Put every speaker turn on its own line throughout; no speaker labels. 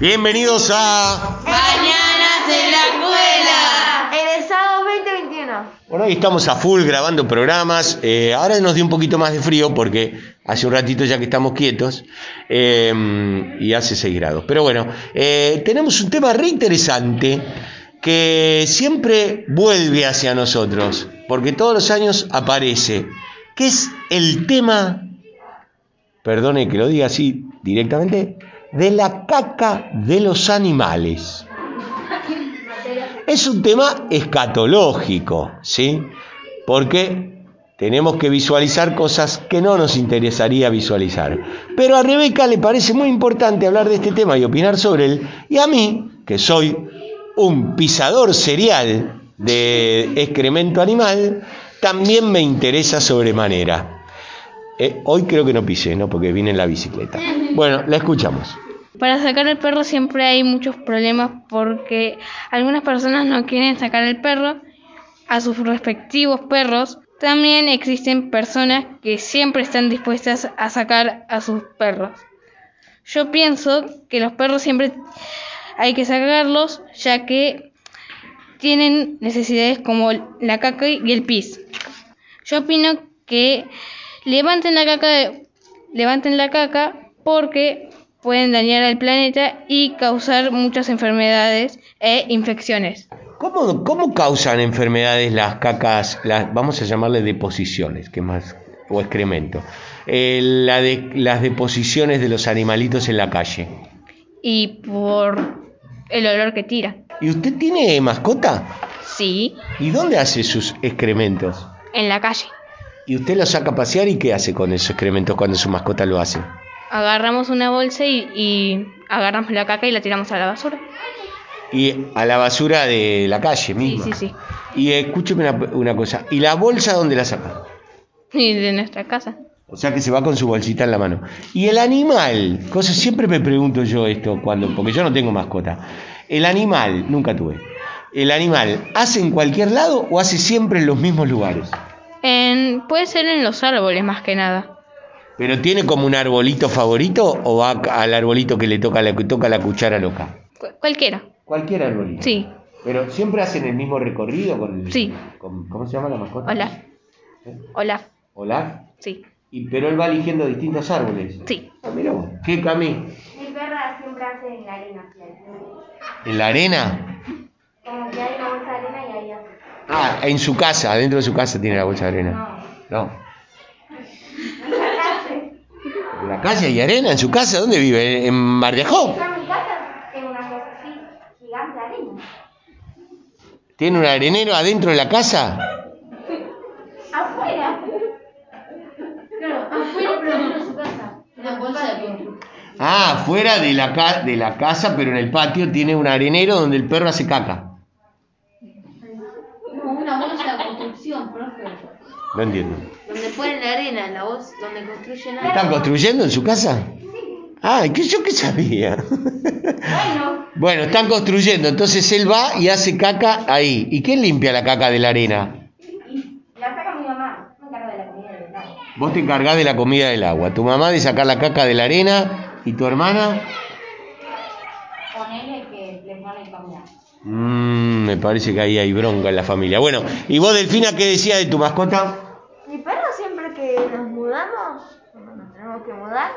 Bienvenidos a...
Mañanas en la escuela.
Egresado 2021.
Bueno, hoy estamos a full grabando programas. Eh, ahora nos dio un poquito más de frío porque hace un ratito ya que estamos quietos eh, y hace 6 grados. Pero bueno, eh, tenemos un tema re interesante que siempre vuelve hacia nosotros porque todos los años aparece, que es el tema, perdone que lo diga así directamente, de la caca de los animales. Es un tema escatológico, ¿sí? Porque tenemos que visualizar cosas que no nos interesaría visualizar. Pero a Rebeca le parece muy importante hablar de este tema y opinar sobre él. Y a mí, que soy un pisador serial de excremento animal, también me interesa sobremanera. Eh, hoy creo que no pisé, ¿no? Porque vine en la bicicleta. Bueno, la escuchamos.
Para sacar el perro siempre hay muchos problemas porque algunas personas no quieren sacar el perro a sus respectivos perros. También existen personas que siempre están dispuestas a sacar a sus perros. Yo pienso que los perros siempre hay que sacarlos ya que tienen necesidades como la caca y el pis. Yo opino que levanten la caca, de- levanten la caca porque pueden dañar al planeta y causar muchas enfermedades e infecciones.
¿Cómo, cómo causan enfermedades las cacas, las, vamos a llamarle deposiciones, que más, o excremento? Eh, la de, las deposiciones de los animalitos en la calle.
Y por el olor que tira.
¿Y usted tiene mascota?
Sí,
¿Y dónde hace sus excrementos?
en la calle.
¿Y usted los saca a pasear y qué hace con esos excrementos cuando su mascota lo hace?
Agarramos una bolsa y, y agarramos la caca y la tiramos a la basura.
Y a la basura de la calle
Sí,
misma.
sí, sí.
Y escúcheme una, una cosa, ¿y la bolsa dónde la saca?
Y de nuestra casa.
O sea que se va con su bolsita en la mano. Y el animal, cosa siempre me pregunto yo esto cuando, porque yo no tengo mascota. El animal, nunca tuve. El animal, ¿hace en cualquier lado o hace siempre en los mismos lugares?
En- puede ser en los árboles más que nada.
¿Pero tiene como un arbolito favorito o va al arbolito que le toca la, toca la cuchara loca?
Cu- cualquiera.
Cualquier arbolito.
Sí.
Pero siempre hacen el mismo recorrido con el-
Sí.
con- ¿Cómo se llama la mascota?
Hola. Hola.
Hola.
Sí.
Y pero él va eligiendo distintos árboles.
Sí.
Ah, mirá vos. ¿Qué camino?
Mi perra siempre hace en la arena. ¿sí?
¿En la arena?
Como que hay una bolsa de arena y ahí hace.
Ah, en su casa, adentro de su casa tiene la bolsa de arena. No. ¿En la calle hay arena? ¿En su casa? ¿Dónde vive? ¿En Mar de Ajó?
Yo en mi casa tengo una cosa así, gigante de arena.
¿Tiene un arenero adentro de la casa?
Afuera. Claro, afuera, pero dentro de su casa. Una bolsa de arena.
Ah, fuera de la, ca- de la casa, pero en el patio tiene un arenero donde el perro hace caca.
Como una bolsa de construcción, profe.
No entiendo.
Donde ponen la arena, la bolsa, donde construyen algo.
¿Están construyendo en su casa? Ah, que yo qué sabía.
Bueno,
bueno, están construyendo, entonces él va y hace caca ahí. ¿Y quién limpia la caca de la arena?
la saca mi mamá. Me encargo de la comida del helado.
Vos te encargás de la comida del agua, tu mamá de sacar la caca de la arena y tu hermana...
Ponele que le pone comida.
Mm, me parece que ahí hay bronca en la familia. Bueno, ¿y vos Delfina qué decías de tu mascota?
Mi perro siempre que nos mudamos, cuando nos tenemos que mudar,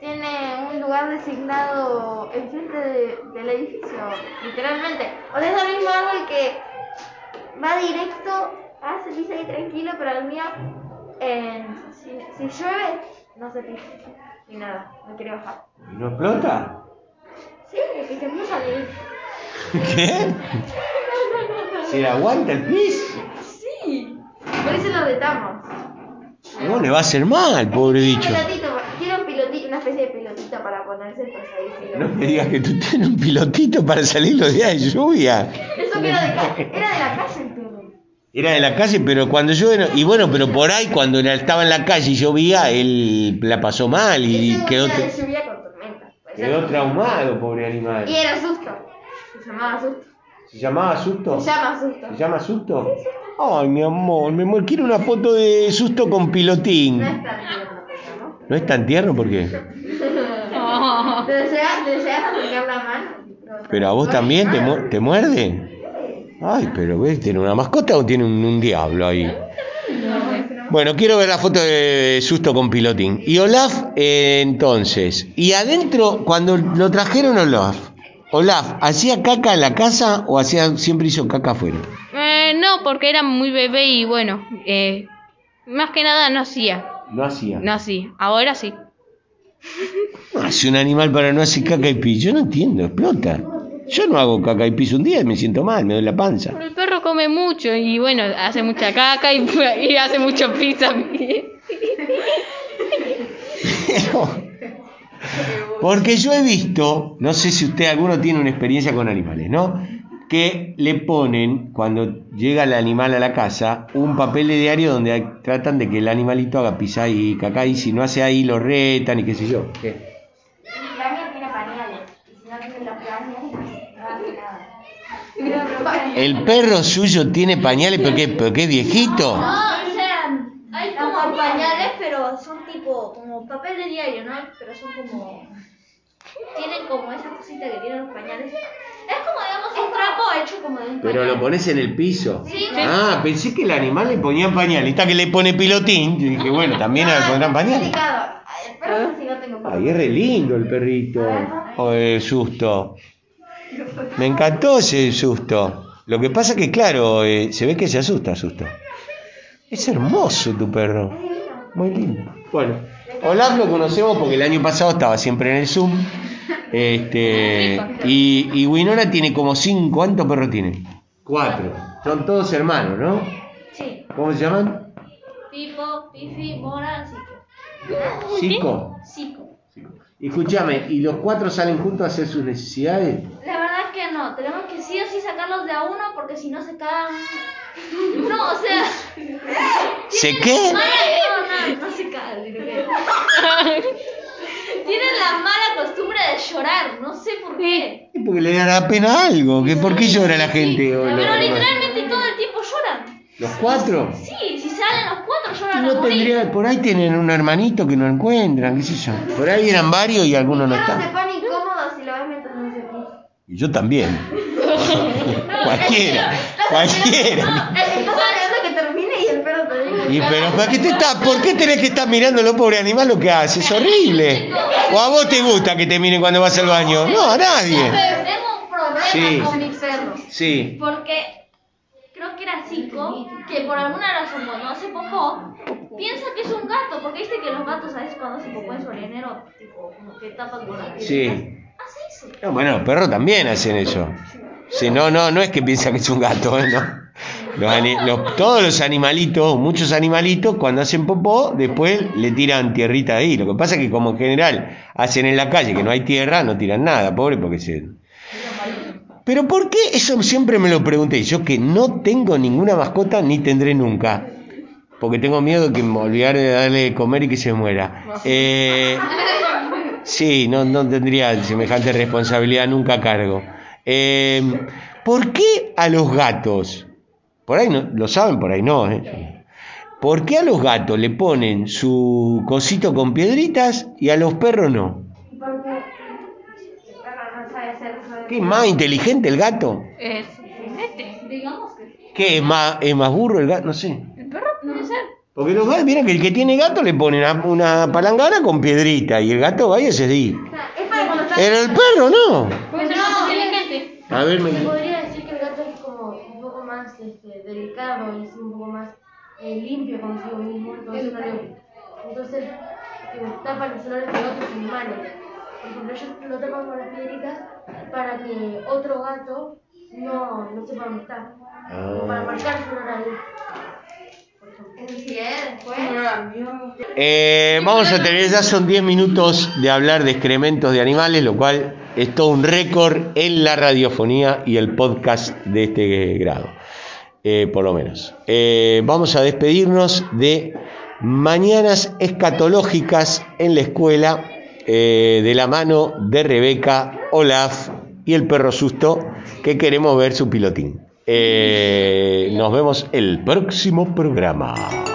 tiene un lugar designado enfrente de- del edificio, literalmente. O sea, es el mismo árbol que va directo, hace pisa ahí tranquilo, pero el mío, en- Em, si, si llueve, no se pisa. Ni nada, no quiere bajar.
¿No explota?
Sí, es que se empieza a ir.
¿Qué? ¿Se le aguanta el pis?
Sí, por eso lo vetamos.
No le va a hacer mal, pobre bicho.
Un pelotito, quiero un pilotito, una especie de pilotito para ponerse por ahí. si lo-
No me digas que tú tienes un pilotito para salir los días de lluvia.
Eso que era de, ca- era de la calle el perro.
Era de la calle, pero cuando llueve... no- Y bueno, pero por ahí cuando la- estaba en la calle y llovía, él la pasó mal y
Ese
quedó...
día de lluvia con tormenta. por eso-
Quedó traumado, pobre animal.
Y era susto. Se llamaba susto.
¿Se llamaba Susto?
Se llama susto.
¿Se llama Susto? Ay, mi amor, mi amor, quiero una foto de Susto con
No
pilotín.
es tan tierno, pero, ¿no?
¿No es tan tierno por qué?
No.
¿Te deseas, deseas acercar la mano?
Pero a vos también te, mu- te muerde. Ay, pero ¿ves? ¿Tiene una mascota o tiene un, un diablo ahí? Bueno, quiero ver la foto de susto con pilotín. Y Olaf, eh, entonces. Y adentro, cuando lo trajeron Olaf, Olaf, ¿hacía caca en la casa o hacía siempre hizo caca afuera?
Eh, no, porque era muy bebé y bueno, eh, más que nada no hacía.
No hacía.
No hacía. Ahora sí.
Hace un animal para no hacer caca y pis. Yo no entiendo, explota. Yo no hago caca y pis un día y me siento mal, me doy la panza.
Pero El perro come mucho y bueno, hace mucha caca y, y hace mucho pis también.
Porque yo he visto, no sé si usted alguno tiene una experiencia con animales, ¿no? Que le ponen, cuando llega el animal a la casa, un papel de diario donde hay- tratan de que el animalito haga pis ahí, caca y si no hace ahí lo retan y qué sé yo. ¿Qué?
La mía tiene pañales. Y si no tiene los pañales, no hace nada. Mira, pero pañales.
El perro suyo tiene pañales porque, porque es viejito.
No, Oh, o sea, hay como pañales, pero son tipo, como papel de diario, ¿no? Pero son como, tienen como esa cosita que tienen los pañales. Es como, digamos, un trapo hecho como de un
Pero lo
pañal.
pones en el piso.
Sí.
Ah, pensé que el animal le ponía pañales. Está que le pone pilotín. Y dije, bueno, también le pondrán pañales.
Complicado. El perro
¿Eh?
sí no tengo
Ay, es re lindo el perrito. Oh, el susto. Me encantó ese susto. Lo que pasa que, claro, eh, se ve que se asusta, susto. Es hermoso tu perro. Muy lindo. Bueno, Olaf lo conocemos porque el año pasado estaba siempre en el Zoom. Este, y, y Winona tiene como cinco. ¿Cuántos perros tiene? Cuatro. Son todos hermanos, ¿no?
Sí,
¿Cómo se llaman?
Pipo, Pifi, Mora, Zico.
Cinco.
Zico.
Y Escúchame, ¿y los cuatro salen juntos a hacer sus necesidades?
La verdad es que no, tenemos que sí o sí sacarlos de a uno porque si no se cagan. No, o sea,
¿Se qué?
no, no, no se cagan. digo que- Tienen la mala costumbre de llorar, no sé por qué.
Y Porque le dará pena algo. que ¿Por qué llora la gente? o
Pero
los animales?
literalmente todo el tiempo lloran.
¿Los cuatro?
Sí, si salen los cuatro lloran a
No
morir.
tendría, por ahí tienen un hermanito que no encuentran, qué sé yo. Por ahí eran varios y algunos no
No se
están.
pone incómodo si lo ves mientras no se pisa.
Y yo también. cualquiera, cualquiera.
Estás esperando que termine y el perro te diga.
Y pero ¿para qué te estás? ¿Por qué tenés que estar mirando los pobre animal lo que hace? Es horrible. ¿O a vos te gusta que te miren cuando vas al baño? No, a nadie.
Pero tengo un problema
Sí.
con mis perros.
Sí.
Porque creo que era Zico, que por alguna razón cuando hace popó, piensa que es un gato, porque viste que los gatos a veces cuando hacen popó en su arenero, tipo, como que tapan con la
¿Ah, Sí.
Hace eso.
No, bueno, los perros también hacen eso. Sí, no, no, no es que piensa que es un gato, ¿eh? no. Los ani- los- todos los animalitos, muchos animalitos, cuando hacen popó, después le tiran tierrita ahí. Lo que pasa es que como en general hacen en la calle, que no hay tierra, no tiran nada, pobre, porque se... Pero ¿por qué? Eso siempre me lo pregunté. Yo que no tengo ninguna mascota, ni tendré nunca. Porque tengo miedo que me olvidar de darle de comer y que se muera. Eh, Sí, no, no tendría semejante responsabilidad nunca a cargo. Eh, ¿Por qué a los gatos? Por ahí no, lo saben, por ahí no. ¿eh? ¿Por qué a los gatos le ponen su cosito con piedritas y a los perros no?
Porque el perro no sabe hacer eso de-
¿Qué es más inteligente el gato?
Es, este.
Digamos que sí.
¿Qué es más, es más burro el gato? No sé.
el perro puede ser.
Porque los gatos, miren que el que tiene gato le ponen a- una palangana con piedrita y el gato va y se di.
O sea, Es para cuando
Pero el perro no.
Puede ser más inteligente.
A ver, me...
Se podría decir que el gato es como un poco más este, delicado y es un poco más eh, limpio consigo mismo, entonces, no le- entonces tipo, tapa los olores de otros animales. Por ejemplo, ellos lo tapan con las piedritas para que otro gato no, no sepa dónde está, como para marcar su olor ahí.
Eh, vamos a tener, ya son 10 minutos de hablar de excrementos de animales, lo cual es todo un récord en la radiofonía y el podcast de este grado, eh, por lo menos. Eh, vamos a despedirnos de Mañanas Escatológicas en la Escuela, eh, de la mano de Rebeca, Olaf y el perro susto, que queremos ver su pilotín. Eh, nos vemos el próximo programa.